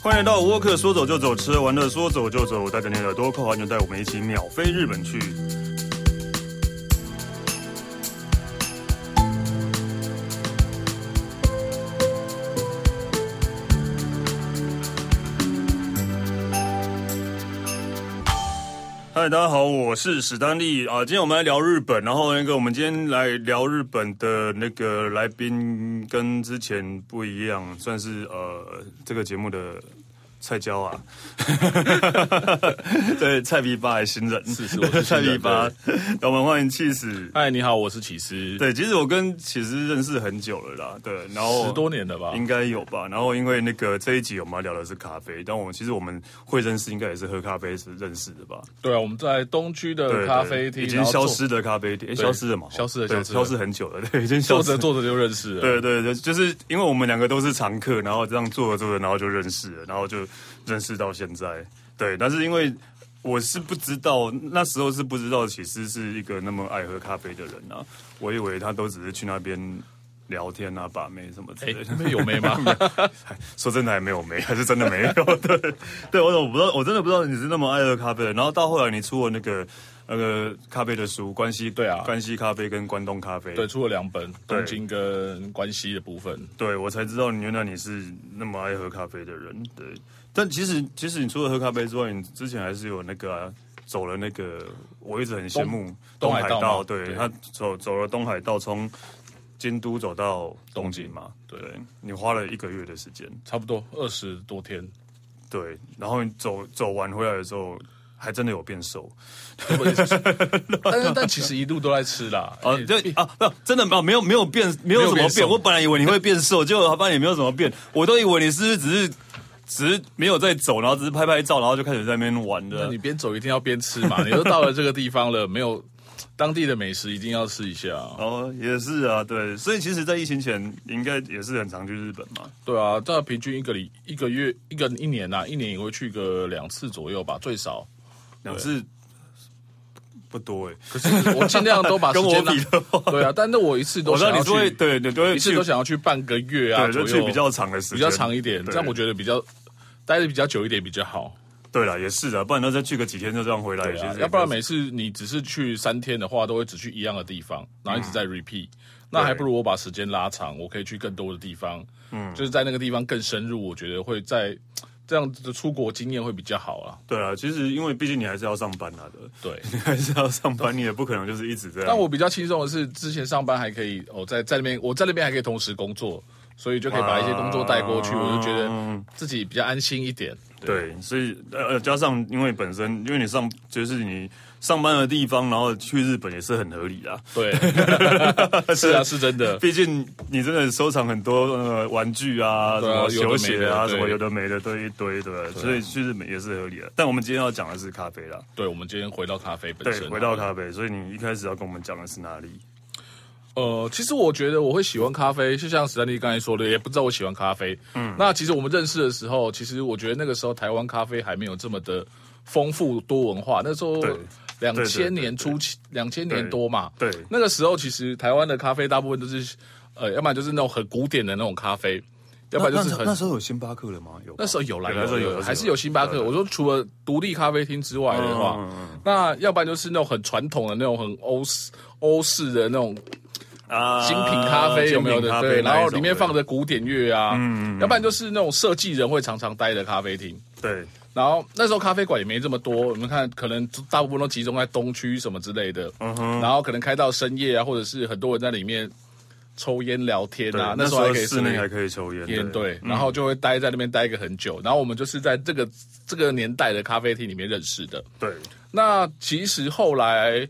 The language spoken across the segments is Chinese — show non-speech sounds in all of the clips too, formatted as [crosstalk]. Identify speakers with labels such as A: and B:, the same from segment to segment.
A: 欢迎来到沃克，说走就走，吃玩的说走就走，带着你的耳朵扣好安全带，我们一起秒飞日本去。嗨，大家好，我是史丹利啊。今天我们来聊日本，然后那个我们今天来聊日本的那个来宾跟之前不一样，算是呃这个节目的菜椒啊，对，菜皮巴还新 [laughs] 人，
B: 是是我是
A: 菜
B: 新
A: 皮
B: 人
A: 巴，让我们欢迎气死。
B: 嗨，你好，我是启思，
A: 对，其实我跟其实认识很久了啦，对，然后
B: 十多年了吧？
A: 应该有吧。然后因为那个这一集我们要聊的是咖啡，但我们其实我们会认识，应该也是喝咖啡是认识的吧？
B: 对啊，我们在东区
A: 对
B: 的咖啡厅，
A: 已经
B: 然后
A: 消
B: 坐，
A: 失的咖啡店，诶
B: 对
A: 消失了嘛？哦
B: 消失了
A: 对
B: 消失了
A: 消失很久了，对，已经消
B: 坐
A: 失
B: 着。坐着就认识了。
A: 对对对，就是因为我们两个都是常客，然后这样做着做着，然后就认识了，然后就认识到现在。对，但是因为我是不知道那时候是不知道，其实是一个那么爱喝咖啡的人啊，我以为他都只是去那边聊天啊、把妹什么之
B: 哎
A: 类的。，
B: 那边有
A: [laughs]
B: 妹吗？
A: 说真的还没有没，还是真的没有。 [laughs] 对，对我怎么不知道？我真的不知道你是那么爱喝咖啡的。然后到后来你出了那个那个咖啡的书，关西
B: 对啊
A: 关西咖啡跟关东咖啡，
B: 对，出了两本，东京跟关西的部分。
A: 对我才知道你原来你是那么爱喝咖啡的人。对，但其实其实你除了喝咖啡之外，你之前还是有那个、啊、走了那个，我一直很羡慕
B: 东
A: 海
B: 东海道嘛
A: 对
B: 对
A: 他走走了东海道，从京都走到东京嘛。
B: 东
A: 对
B: 京
A: 你花了一个月的时间。
B: 差不多二十多
A: [laughs]
B: 天，
A: 对，然后你走走完回来的时候，还真的有变瘦
B: 但是但其实一路都在吃啦。
A: 啊！
B: 哎
A: 这啊，不真的啊，没有没有变，没有
B: 没有
A: 什么
B: 变
A: 变。
B: 瘦
A: 我本来以为你会变瘦， [laughs] 结果发现也没有什么变。我都以为你是不是只是只是没有在走，然后只是拍拍照，然后就开始在那边玩
B: 那
A: 的
B: 你。边走一定要边吃
A: [laughs]
B: 嘛，你都到了这个地方了，没有当地的美食一定要吃一下。
A: 哦，也是啊，对，所以其实，在疫情前，你应该也是很常去日本嘛。
B: 对啊，大概平均一个礼一个月一个一年呐、啊一年也会去个两次左右吧，最少。
A: 两次不多哎、
B: 可是 [laughs] 我尽量都把时
A: 跟我
B: 间拉
A: 比的话
B: 对啊，但是我一次都
A: 我知道你
B: 想要
A: 是会
B: 去，
A: 对，你都会
B: 一
A: 去
B: 次都，想要去半个月啊
A: 对，
B: 左
A: 就
B: 右，
A: 去比较长的时间，
B: 比较长一点，
A: 对
B: 这样我觉得比较待的比较久一点比较好。
A: 对了，也是的，不然都再去个几天就这样回来，
B: 对
A: 其
B: 啊
A: 实，也
B: 要不然
A: 没
B: 每次你只是去三天的话，都会只去一样的地
A: 嗯
B: 方，然后一直在 repeat。那还不如我把时间拉长，我可以去更多的地方，嗯，就是在那个地方更深入，我觉得会在这样子的出国经验会比较好啊。
A: 对啊，其实因为毕竟你还是要上班啊的，
B: 对，
A: [laughs] 你还是要上班，你也不可能就是一直这样。
B: 但我比较轻松的是，之前上班还可以，哦，在在那边，我在那边还可以同时工作，所以就可以把一些工作带过去，
A: 哇
B: 我就觉
A: 啊
B: 得自己比较安心一点。
A: 对，所以呃呃，加上因为本身因为你上就是你上班的地方，然后去日本也是很合理啦。啊 [laughs]
B: 对， [laughs] 是啊，是真的。
A: 毕竟你真的收藏很多呃玩具啊，什
B: 对啊
A: 么球鞋啊，
B: 有的
A: 什么有的没
B: 没的对啊
A: 的都一堆的，所以去日本也是合理的。但我们今天要讲的是咖啡啦，
B: 对，我们今天回到咖啡本
A: 对，
B: 身，啊
A: 回到咖啡，所以你一开始要跟我们讲的是哪里？
B: 呃，其实我觉得我会喜欢咖啡，就像史丹利刚才说的，也不知道我喜欢咖啡。嗯，那其实我们认识的时候，其实我觉得那个时候台湾咖啡还没有这么的丰富多文化，那时候
A: 对
B: 两
A: 对对
B: 千年初期，两千年多嘛。
A: 对
B: 那个时候其实台湾的咖啡大部分都是，呃，要不然就是那种很古典的那种咖啡，要不然就是很。
A: 时候有星巴克了吗？有吧，
B: 那时候有来
A: 对那时候有
B: 还是有星巴
A: 对
B: 克。
A: 对
B: 我说除了独立咖啡厅之外的话，
A: 嗯嗯
B: 那要不然就是那种很传统的那种很欧式欧式的那种
A: 啊
B: 精品咖啡有没有
A: 精品
B: 的？
A: 咖啡
B: 对，
A: 那一
B: 然后
A: 种
B: 里面放着古典乐啊，要不然就是那种设计人会常常待的咖啡厅。
A: 对
B: 然后那时候咖啡馆也没这么多，我们看可能大部分都集中在东区什么之类的，
A: 嗯
B: 然后可能开到深夜啊，或者是很多人在里面抽烟聊天
A: 对
B: 啊，
A: 那
B: 时候还可以
A: 室内还
B: 可
A: 可以抽烟，
B: 以烟
A: 对嗯
B: 对，然后就会待在那边待个很久。然后我们就是在这个这个年代的咖啡厅里面认识的。
A: 对
B: 那其实后来，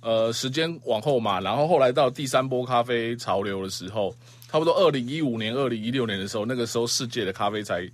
B: 呃，时间往后嘛，然后后来到第三波咖啡潮流的时候，差不多二零一五年、二零一六年的时候，那个时候世界的咖啡才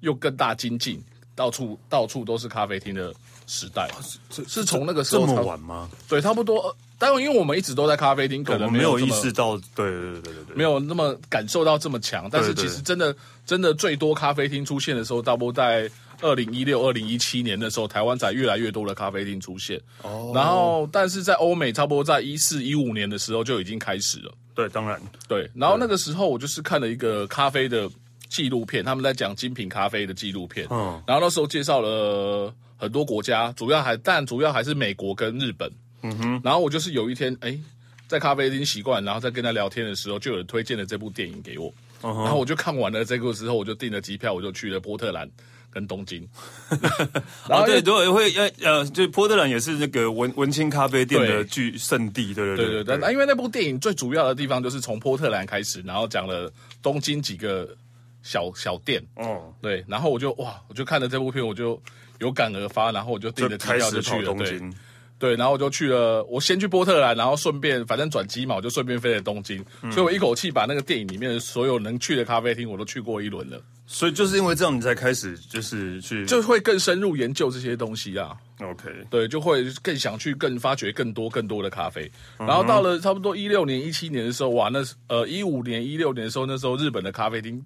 B: 又更大精进，到处到处都是咖啡厅的时代，
A: 这
B: 是从那个时
A: 哦这
B: 候
A: 么
B: 才
A: 晚吗？
B: 对，差不多。呃当然，因为我们一直都在咖啡厅，可
A: 我
B: 能
A: 没有
B: 有这
A: 意
B: 么
A: 识到，对对对对对，
B: 没有那么感受到这么强，但是
A: 对
B: 其
A: 对
B: 实真的真的最多咖啡厅出现的时候，大不多在二零一六、二零一七年的时候，台湾才越来越多的咖啡厅出现。哦，然后但是在欧美，差不多在一四一五年的时候就已经开始了。
A: 对，当然
B: 对，然后那个时候我就是看了一个咖啡的纪录片，他们在讲精品咖啡的纪录片。
A: 嗯
B: 然后那时候介绍了很多国家，主要还但主要还是美国跟日本。嗯哼。然后我就是有一天，哎，在咖啡厅习惯，然后在跟他聊天的时候，就有人推荐了这部电影给我。
A: 嗯哼
B: 然后我就看完了这个之后，我就订了机票，我就去了波特兰跟东京。 [laughs] 然
A: 啊，
B: 后因
A: 对，
B: 为
A: 对，会呃呃，就波特兰也是那个文文青咖啡店的
B: 对
A: 聚圣地，对对
B: 对对对，那因为那部电影最主要的地方就是从波特兰开始，然后讲了东京几个小小店，
A: 哦，
B: 对，然后我就哇，我就看了这部片，我就有感而发，然后我就订
A: 就
B: 了机
A: 开
B: 票
A: 始
B: 就
A: 跑
B: 去了，
A: 东
B: 对
A: 京，
B: 对，然后我就去了，我先去波特兰，然后顺便反正转机嘛，我就顺便飞了东京，
A: 嗯
B: 所以我一口气把那个电影里面的所有能去的咖啡厅我都去过一轮了，
A: 所以就是因为这样，你才开始就是去
B: 就会更深入研究这些东西啊。
A: OK，
B: 对，就会更想去更发掘更多更多的咖啡。
A: 嗯
B: 然后到了差不多一六年、一七年的时候，哇，那是呃一五年、一六年的时候，那时候日本的咖啡厅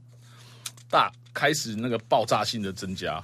B: 大开始那个爆炸性的增加。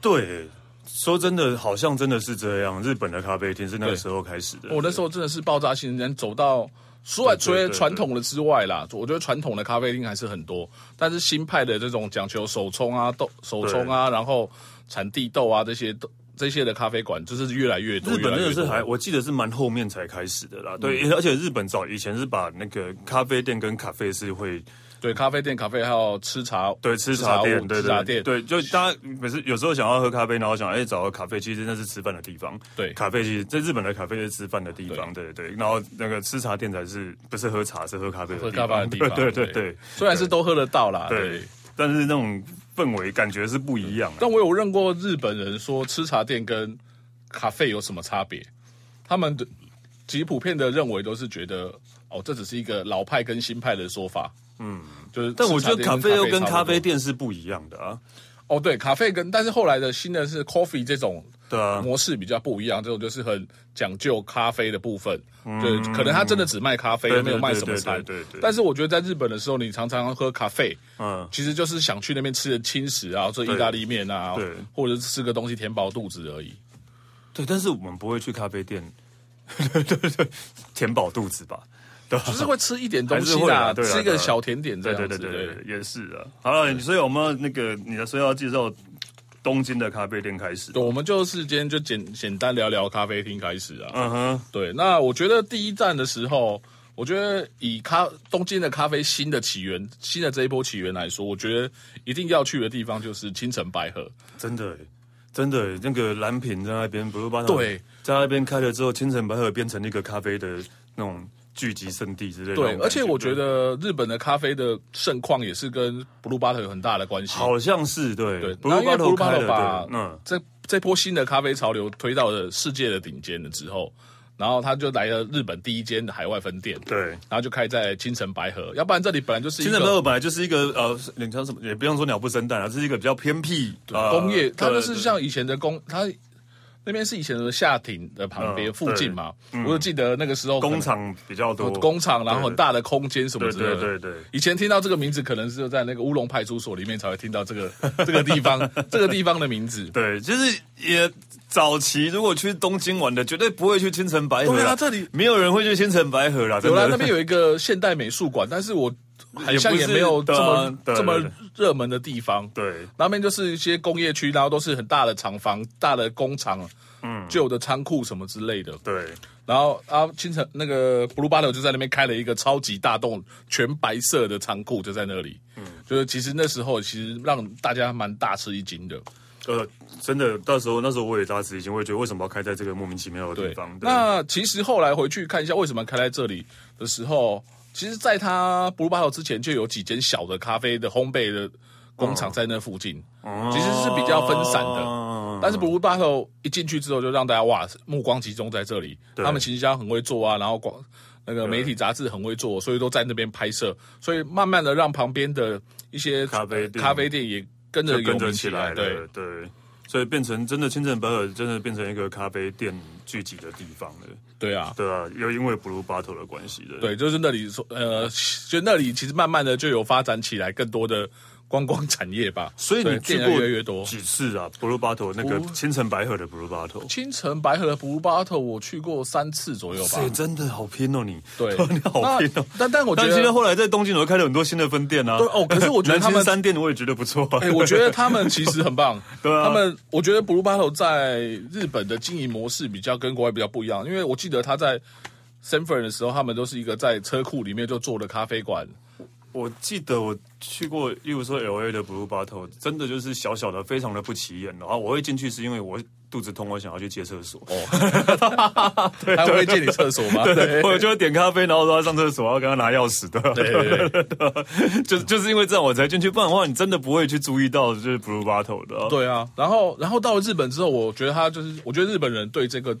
A: 对。说真的，好像真的是这样。日本的咖啡厅是那个
B: 对
A: 时候开始的。
B: 我哦那时候真的是爆炸性增加，走到除了除
A: 对对
B: 了
A: 对
B: 传统的之外啦，我觉得传统的咖啡厅还是很多，但是新派的这种讲求手冲啊、豆手冲啊，然后产地豆啊这些都这些的咖啡馆，就是越来越多。
A: 日本真
B: 越来
A: 的
B: 越
A: 是
B: 多啊嗯
A: 还，我记得是蛮后面才开始的啦。对，而且日本早以前是把那个咖啡店跟咖啡是会
B: 对咖啡店、咖啡还有吃茶，
A: 对吃茶店，
B: 屋
A: 对
B: 吃
A: 对
B: 茶店，
A: 对，就大家每次有时候想要喝咖啡，然后想哎找个咖啡，其实那是吃饭的地方。
B: 对
A: 咖啡其实在日本的咖啡是吃饭的地方，对对对。然后那个吃茶店才是不是喝茶是喝咖啡的
B: 喝
A: 地
B: 咖
A: 方，
B: 啡的地方，
A: 对对对对。
B: 虽然是都喝得到啦，
A: 对
B: 对，
A: 但是那种氛围感觉是不一样的。
B: 但我有认过日本人说吃茶店跟咖啡有什么差别，他们的极普遍的认为都是觉得哦，这只是一个老派跟新派的说法，嗯，就是吃
A: 但
B: 茶店跟。
A: 我觉得咖啡又跟咖啡
B: 店
A: 店是不一样的啊，
B: 哦，对，咖啡跟但是后来的新的是 coffee 这种
A: 对啊，
B: 模式比较不一样，这种就是很讲究咖啡的部分。对，可能他真的只卖咖啡
A: 嗯对，
B: 没有卖什么
A: 对对
B: 餐
A: 对对对。
B: 但是我觉得在日本的时候，你常常喝咖啡，
A: 嗯，
B: 其实就是想去那边吃的轻食啊，这意大利面啊
A: 对，
B: 或者是吃个东西填饱肚子而已。
A: [laughs] 对。但是我们不会去咖啡店，对对对，填饱肚子吧，对吧？
B: 就是会吃一点东
A: 还
B: 西
A: 是会啊
B: 啦，
A: 对啊
B: 吃一
A: 对啊
B: 个小甜点这
A: 对对对
B: 样子。
A: 对对，也是啊。好了，所以我们那个你的说要介绍东京的咖啡店开始
B: 对，。我们就是今天就简简单聊聊咖啡厅开始啊。
A: 嗯哼，
B: 对，那我觉得第一站的时候，我觉得以咖东京的咖啡新的起源，新的这一波起源来说，我觉得一定要去的地方就是青城白河。
A: 真的耶，欸真的欸耶，那个蓝瓶在那边，不是巴掌
B: 对，
A: 在那边开了之后，千城白河变成一个咖啡的那种聚集圣地之类的那种
B: 对
A: 感。，
B: 而且我觉得日本的咖啡的盛况也是跟 Blue Bottle 有很大的关系。
A: 好像是对，
B: 对，
A: 不
B: 然后因为 Blue
A: 开
B: Bottle
A: 了
B: 把，
A: 对，嗯，
B: 这这波新的咖啡潮流推到了世界的顶尖了之后，然后他就来了日本第一间的海外分店，
A: 对。
B: 然后就开在青城白河，要不然这里本来就是一
A: 千
B: 个
A: 城白河本来就是一个呃，你叫什么？也不用说鸟不生蛋啊，这是一个比较偏僻呃
B: 工业，它
A: 对
B: 就是像以前的工，它那边是以前的下町的旁边、
A: 嗯
B: 附近嘛。我就记得那个时候可能
A: 工厂比较多，
B: 工厂，然后很大的空间什么
A: 对
B: 之类的。
A: 对对对，
B: 以前听到这个名字，可能是在那个乌龙派出所里面才会听到
A: [laughs]
B: 这个这个地方这个地方的名字。
A: 对，就是也早期如果去东京玩的，绝对不会去千城白河啦。
B: 对啊这里
A: 没有人会去千城白河啦，真
B: 有
A: 的
B: 啦，那边有一个现代美术馆，但是我好像
A: 也不
B: 也
A: 是
B: 没有这么
A: 对啊对
B: 这么
A: 对
B: 热门的地方。
A: 对
B: 那边就是一些工业区，然后都是很大的厂房、大的工厂、嗯，旧的仓库什么之类的。
A: 对，
B: 然后啊，清晨那个 Blue Bottle 就在那边开了一个超级大栋全白色的仓库，就在那里。嗯，就是其实那时候其实让大家蛮大吃一惊的。
A: 呃，真的，到时候那时候我也大吃一惊，我也觉得为什么要开在这个莫名其妙的
B: 对
A: 地方？，对
B: 那其实后来回去看一下为什么开在这里的时候，其实在它 Blue Bottle 之前就有几间小的咖啡的烘焙的工厂在那附近，其实是比较分散的。
A: 嗯
B: 但是 Blue Bottle 一进去之后，就让大家哇，目光集中在这里。
A: 对
B: 他们行销很会做啊，然后广那个媒体杂志很会做，所以都在那边拍摄。所以慢慢的让旁边的一些
A: 咖啡店
B: 咖啡店也跟着
A: 就
B: 有
A: 跟着
B: 名
A: 起
B: 来。
A: 来
B: 啊对
A: 了，对。所以变成真的千城白河，真的变成一个咖啡店聚集的地方了，
B: 对啊，
A: 对啊，又因为 Blue Bottle 的关系的，
B: 对，就是那里说呃，就那里其实慢慢的就有发展起来更多的。观光产业吧。
A: 所以你
B: 对
A: 去
B: 店
A: 过
B: 越来越多。哦
A: 几次啊？Blue Bottle 那个千层百合的 Blue Bottle，
B: 清晨白河的 Blue Bottle 我去过三次左右吧。
A: 是真的好拼哦你，
B: 对
A: [laughs] 你好拼哦
B: 那。但但我觉
A: 但
B: 得
A: 其实后来在东京，我开了很多新的分店啊。
B: 对哦可是我觉得他
A: 南
B: 们
A: 京三店我也觉得不错、啊。
B: [laughs] 哎、我觉得他们其实很棒。
A: 对啊
B: 他们我觉得 Blue Bottle 在日本的经营模式比较跟国外比较不一样，因为我记得他在 Sanford 的时候，他们都是一个在车库里面就做的咖啡馆。
A: [laughs] 我记得我去过，例如说 L A 的 Blue Bottle，真的就是小小的，非常的不起眼。然后我会进去是因为我肚子痛，我想要去借厕所。
B: 他会借你厕所吗？
A: 啊
B: 对
A: 我就会点咖啡，然后说要上厕所，然后跟他拿钥匙的。
B: 对对对
A: [laughs] 就就是因为这样我才进去，不然的话你真的不会去注意到就是 Blue Bottle 的啊、
B: 对啊！然后然后到了日本之后，我觉得他就是，我觉得日本人对这个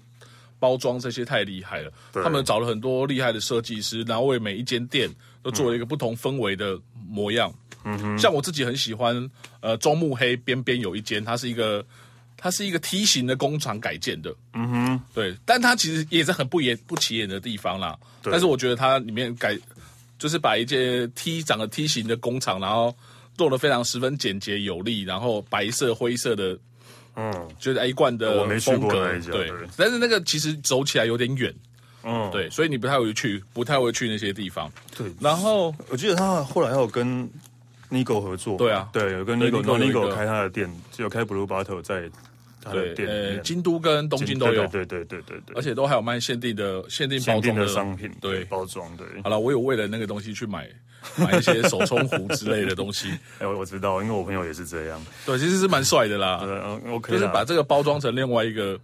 B: 包装这些太厉害了，他们找了很多厉害的设计师，然后为每一间店都做了一个不同氛围的模样。嗯哼，像我自己很喜欢，呃，中目黑边边有一间，它是一个。它是一个梯形的工厂改建的，嗯哼，对，但它其实也在很不眼不起眼的地方啦。但是我觉得它里面改就是把一些梯长得梯形的工厂，然后做的非常十分简洁有力，然后白色灰色的，
A: 嗯
B: 就是一贯的
A: 我没去
B: 风
A: 过
B: 格
A: 那一家
B: 对
A: 对，
B: 但是那个其实走起来有点远，
A: 嗯，
B: 对，所以你不太会去，不太会去那些地方。
A: 对。
B: 然后
A: 我记得他后来还有跟 Nigo 合作，
B: 对啊
A: 对，有跟
B: 对
A: Nigo，然
B: Nigo
A: 后
B: 有一个
A: Nigo 开他的店，就有开 Blue Bottle 在他的
B: 对，
A: 店里
B: 呃，
A: 面，
B: 京都跟东京都有，
A: 对对对对对
B: 而
A: 对，
B: 且都还有卖限定的限定包
A: 限定
B: 装
A: 的商品，
B: 对。
A: 包装，对。
B: 好了，我有为了那个东西去买买一些手冲壶之类的
A: [laughs]
B: 东西，
A: 哎，我我知道，因为我朋友也是这样，
B: 对，其实是蛮帅的啦。
A: 呃嗯，OK
B: 就是
A: 啦
B: 把这个包装成另外一个，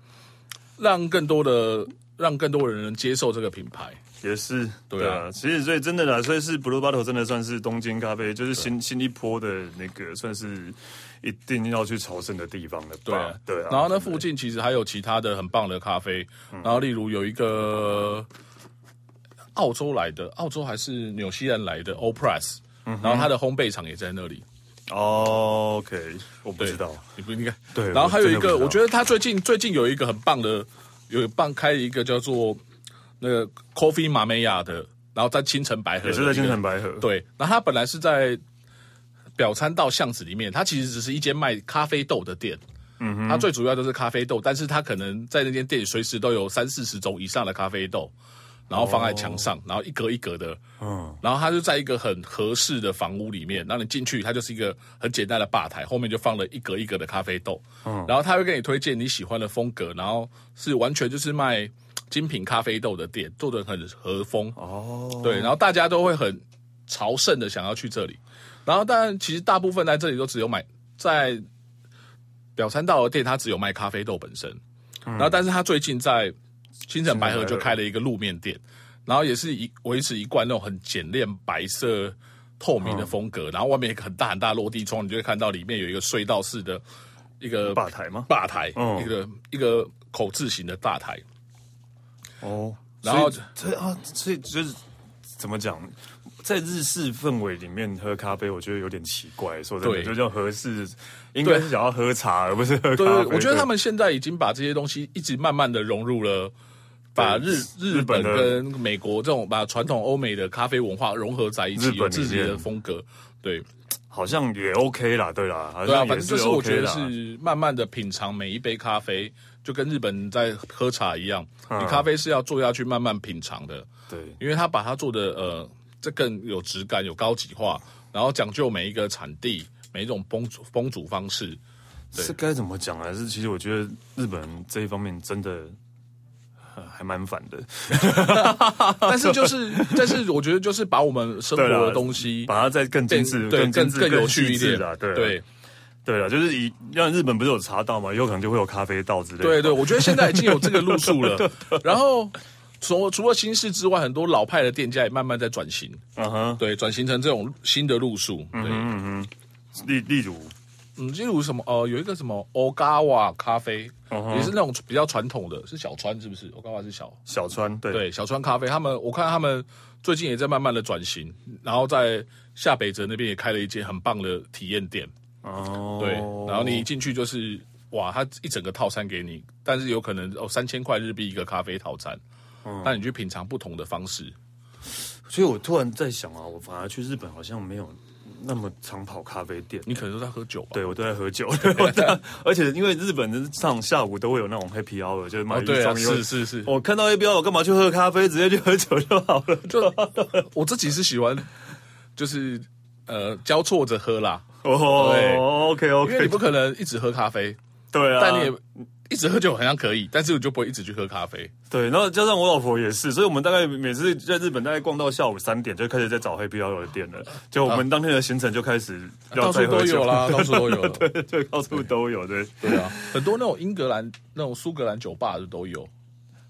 B: 让更多的让更多人能接受这个品牌。
A: 也是，
B: 对啊
A: 其实所以真的啦，所以是 Blue Bottle 真的算是东京咖啡，就是
B: 啊
A: 新新一波的那个，算是一定要去朝圣的地方了吧？
B: 对啊
A: 对啊。嗯
B: 然后呢，附近其实还有其他的很棒的咖啡，然后例如有一个澳洲来的，澳洲还是纽西兰来的 o Press，、然后
A: 嗯
B: 它的烘焙厂也在那里。
A: 哦，OK，我不
B: 对
A: 知道，
B: 你不应该。
A: 对
B: 然后还有一
A: 我真的
B: 个，
A: 不知道
B: 我觉得他最近最近有一个很棒的，有棒开了一个叫做那个 Coffee m a m e y a 的，然后在青城白河
A: 也
B: 的一
A: 是在
B: 个，
A: 京城白河，
B: 对，然后它本来是在表参道巷子里面，它其实只是一间卖咖啡豆的店。嗯哼，它最主要就是咖啡豆，但是它可能在那间店随时都有三四十种以上的咖啡豆，然后放在墙上，然后一格一格的，
A: 嗯，
B: 然后它就在一个很合适的房屋里面，然后你进去，它就是一个很简单的吧台，后面就放了一格一格的咖啡豆，嗯，然后他会给你推荐你喜欢的风格，然后是完全就是卖精品咖啡豆的店，做的很和风，
A: 哦，
B: 对，然后大家都会很朝圣的想要去这里，然后但其实大部分在这里都只有买在表参道的店，它只有卖咖啡豆本身，
A: 嗯
B: 然后但是它最近在青城白河就开了一个路面店，然后也是一维持一贯那种很简练白色透明的风
A: 嗯
B: 格，然后外面有一个很大很大的落地窗，你就会看到里面有一个隧道式的一个
A: 吧台吗？
B: 吧台，
A: 嗯
B: 一个一个口字形的大台，
A: 哦，
B: 然后
A: 所以所以啊，所以就是怎么讲，在日式氛围里面喝咖啡，我觉得有点奇怪。说真的，
B: 对
A: 就叫合适，应该是想要喝茶，而不是喝咖啡。
B: 对，我觉得他们现在已经把这些东西一直慢慢的融入了，把日日
A: 日本
B: 本
A: 的
B: 跟美国这种把传统欧美的咖啡文化融合在一起，
A: 日本里面
B: 有自己的风格。对
A: 好像也 OK 啦，对啦，好
B: 对啊，
A: 像
B: 反
A: 也
B: 正就是
A: OK 啦。
B: 我觉得是慢慢的品尝每一杯咖啡，就跟日本在喝茶一样，
A: 嗯
B: 你咖啡是要坐下去慢慢品尝的，
A: 对，
B: 因为它把它做的呃，这更有质感、有高级化，然后讲究每一个产地、每一种烹煮烹煮方式。
A: 是该怎么讲啊？是其实我觉得日本人这一方面真的。呃还蛮反的，
B: [laughs] 但是就是，但是我觉得就是把我们生活
A: 对
B: 的
A: 啦
B: 东西
A: 把它再更精
B: 变
A: 致、
B: 对
A: 精
B: 更
A: 致、
B: 有趣
A: 细
B: 一
A: 致
B: 点
A: 啦，对啊对
B: 对
A: 对了，就是以让日本不是有茶道嘛，以后可能就会有咖啡道之类的。
B: 对对，我觉得现在已经有这个路数
A: [laughs]
B: 了。然后除除了新式之外，很多老派的店家也慢慢在转型，
A: 嗯哼，
B: 对，转型成这种新的路数。对，嗯，
A: 例例如，
B: 例如什么呃，有一个什么 Ogawa 咖啡，
A: 嗯哼
B: 也是那种比较传统的，是小川是不是？Ogawa 是小
A: 小川，对，
B: 对小川咖啡，他们我看他们最近也在慢慢的转型，然后在下北泽那边也开了一间很棒的体验店。
A: 哦，
B: 对，然后你一进去就是哇，它一整个套餐给你，但是有可能哦三千块日币一个咖啡套餐，
A: 嗯
B: 那、你去品尝不同的方式。
A: 所以我突然在想啊，我反而去日本好像没有那么常跑咖啡店。
B: 你可能都在喝酒吧？
A: 对，我都在喝酒，
B: [laughs]
A: 我在而且因为日本人上下午都会有那种 happy hour，就是买
B: 哦，
A: 一
B: 对啊，
A: 送一。
B: 是是是，
A: 我看到 happy hour，我干嘛去喝咖啡？直接去喝酒就好
B: [laughs]
A: 了。
B: 就我自己是喜欢，就是呃交错着喝啦，对
A: 哦，OK
B: 因为你
A: OK，
B: 不可能一直喝咖啡，
A: 对啊，
B: 但你也一直喝酒好像可以，但是我就不会一直去喝咖啡。
A: 对，然后加上我老婆也是，所以我们大概每次在日本大概逛到下午三点就开始在找黑啤酒的店了。就我们当天的行程就开始
B: 啊到
A: 要
B: 处
A: 再喝
B: 都
A: 酒
B: 有
A: [laughs]
B: 啦，到处都有。
A: 对，啊对，到处都有，对
B: 对啊，很多那种英格兰、那种苏格兰酒吧的都有。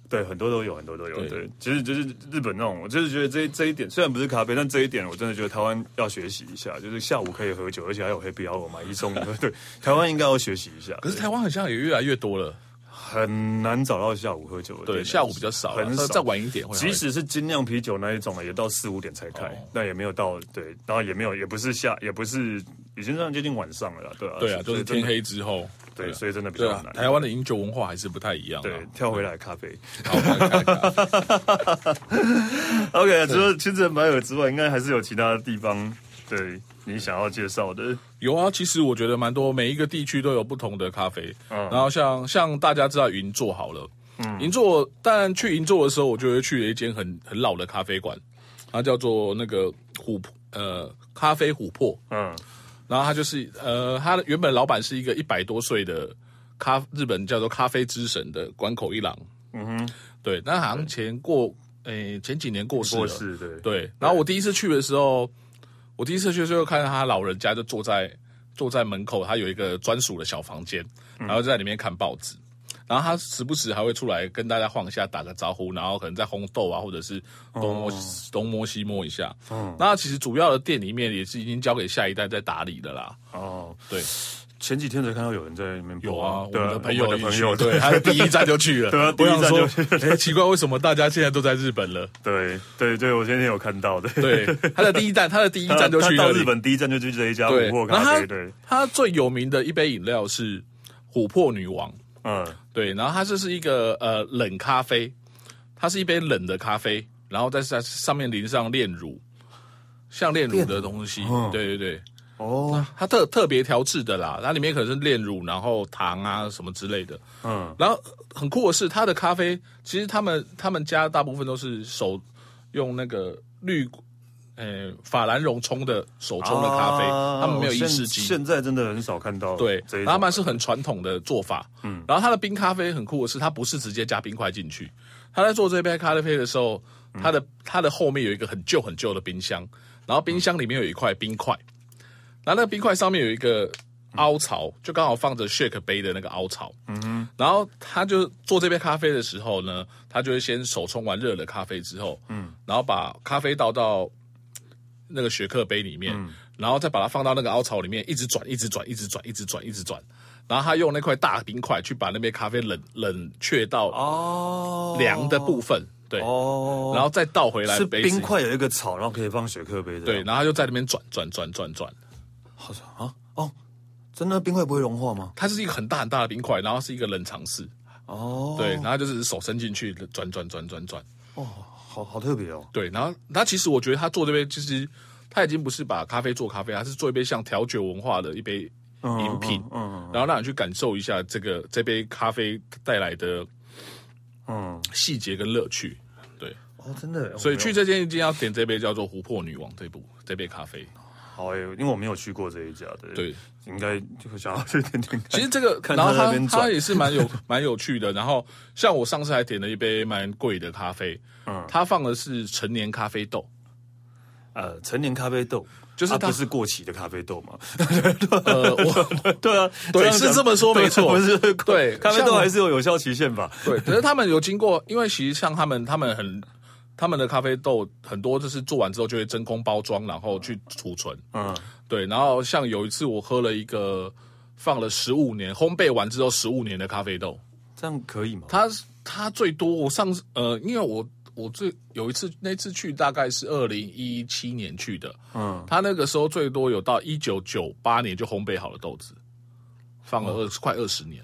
A: 对，很多都有，很多都有。
B: 对
A: 对，其实就是日本那种，我就是觉得这这一点虽然不是咖啡，但这一点我真的觉得台湾要学习一下，就是下午可以喝酒，而且还有黑啤酒买一送一。对，台湾应该要学习一下。
B: 可是台湾好像也越来越多了，
A: 很难找到下午喝酒的店
B: 对，下午比较少啦，
A: 很
B: 稍
A: 少
B: 微再晚一点会好一
A: 即
B: 点。
A: 使是精酿啤酒那一种呢，也到四五点才开，那也没有到对，然后也没有，也不是下，也不是已经这样接近晚上了啦，对啊，
B: 对啊，就
A: 所以
B: 是
A: 真
B: 天
A: 的，
B: 黑之后。
A: 对，
B: 啊
A: 所以真的比
B: 对
A: 较
B: 啊
A: 难。，
B: 台湾的饮酒文化还是不太一样啊。
A: 对，跳回来咖啡。 [laughs]
B: 好，我们来看 [laughs] 一下
A: OK，除了千层白耳之外，应该还是有其他地方对你想要介绍的。
B: 有啊，其实我觉得蛮多，每一个地区都有不同的咖啡。
A: 嗯
B: 然后像像大家知道银座好了，银座，当然去银座的时候，我就会去了一间很很老的咖啡馆，它叫做那个琥呃咖啡琥珀，
A: 嗯
B: 然后它就是呃，它的原本老板是一个一百多岁的咖日本叫做咖啡之神的关口一郎，
A: 嗯哼，
B: 对，那好像前过诶前几年过世了
A: 过，世对，
B: 啊对，然后我第一次去的时候，我第一次去的时候看到他老人家就坐在坐在门口，他有一个专属的小房间，然后在里面看报纸。然后他时不时还会出来跟大家晃一下，打个招呼，然后可能在烘豆啊，或者是东
A: 哦
B: 摸、东摸西摸一下。
A: 嗯
B: 那其实主要的店里面也是已经交给下一代在打理的啦。
A: 哦，
B: 对，
A: 前几天才看到有人在里面
B: 有
A: 播
B: 啊，我
A: 对
B: 们
A: 啊
B: 的朋
A: 我
B: 友
A: 们
B: 一
A: 的朋
B: 去
A: 友
B: 对，他第一站就去
A: [laughs]
B: 了。
A: 对啊第
B: 我
A: 一
B: 想
A: 站
B: 说
A: 就，
B: 哎，奇怪，为什么大家现在都在日本了？
A: 对对对，我前天有看到的，
B: 对，他的第一站，他的第一
A: 他，
B: 站就
A: 他
B: 去
A: 到
B: 那
A: 日
B: 里。
A: 本第一站就去这一家
B: 对，
A: 琥珀
B: 然
A: 咖
B: 后
A: 啡，
B: 它
A: 对，
B: 它最有名的一杯饮料是琥珀女王，
A: 嗯
B: 对，然后它这是一个呃冷咖啡，它是一杯冷的咖啡，然后在在上面淋上炼乳，像炼乳的东西，
A: 嗯
B: 对对对，
A: 哦
B: 它特特别调制的啦，它里面可能是炼乳，然后糖啊什么之类的，
A: 嗯
B: 然后很酷的是，它的咖啡其实他们他们家大部分都是手用那个绿。呃，法兰绒冲的手冲的咖啡，
A: 啊
B: 他们没有
A: 我
B: 意
A: 现
B: 式机，
A: 现在真的很少看到
B: 对，
A: 这一种
B: 然后他们是很传统的做法。嗯，然后它的冰咖啡很酷的是，它不是直接加冰块进去，他在做这杯咖啡的时候，它
A: 嗯
B: 的它的后面有一个很旧很旧的冰箱，然后冰箱里面有一块冰块，然后那个冰块上面有一个凹槽，就刚好放着 shake 杯的那个凹槽。嗯，然后他就做这杯咖啡的时候呢，他就会先手冲完热的咖啡之后，嗯，然后把咖啡倒到那个雪克杯里面，然后再把它放到那个凹槽里面，一直转，一直转，一直转，一直转，一直转。然后他用那块大冰块去把那杯咖啡冷冷却到
A: 哦
B: 凉的部分，对，
A: 哦，
B: 然后再倒回来
A: 是
B: 杯子
A: 冰，块有一个草，然后可以放雪克杯的，
B: 对，，然后他就在那边转转转转转，
A: 好像啊哦，真的冰块不会融化吗？
B: 它是一个很大很大的冰块，然后是一个冷藏室，
A: 哦，
B: 对，然后就是手伸进去转转转转转，
A: 哦，好好特别哦，
B: 对，然后他其实我觉得他做这杯其实他已经不是把咖啡做咖啡，他是做一杯像调酒文化的一杯饮品，
A: 嗯
B: 然后让你去感受一下这个这杯咖啡带来的
A: 嗯，
B: 细节跟乐趣。对，
A: 哦，真的耶，
B: 所以
A: 我没有
B: 去这间一定要点这杯叫做琥珀女王这部这杯咖啡。
A: 好耶，因为我没有去过这一家的，
B: 对，
A: 应该就想要去点点看。
B: 其实这个，
A: 看
B: 然后
A: 他在那
B: 它
A: 边转
B: 它也是蛮
A: [laughs]
B: 有蛮有趣的。然后像我上次还点了一杯蛮贵的咖啡，
A: 嗯
B: 它放的是成年咖
A: [laughs]
B: 啡豆，
A: 呃，成年咖啡豆
B: 就是
A: 啊
B: 它
A: 不是过期的咖啡
B: [laughs]
A: 豆嘛？
B: 呃，我
A: 对啊，
B: 对
A: 样讲
B: 是这么说没错
A: 对不是
B: 对
A: 咖啡
B: 像
A: 豆
B: 我
A: 还是有有效期限吧？
B: [laughs] 对，可是他们有经过，因为其实像他们，他们很他们的咖啡豆很多就是做完之后就会真空包装，然后去储存。
A: 嗯，
B: 对，然后像有一次我喝了一个放了十五年，烘焙完之后十五年的咖啡豆，
A: 这样可以吗？
B: 它它最多我上次呃，因为我我最有一次那次去大概是二零一七年去的，
A: 嗯，
B: 它那个时候最多有到一九九八年就烘焙好了豆子，放了二、快二十年。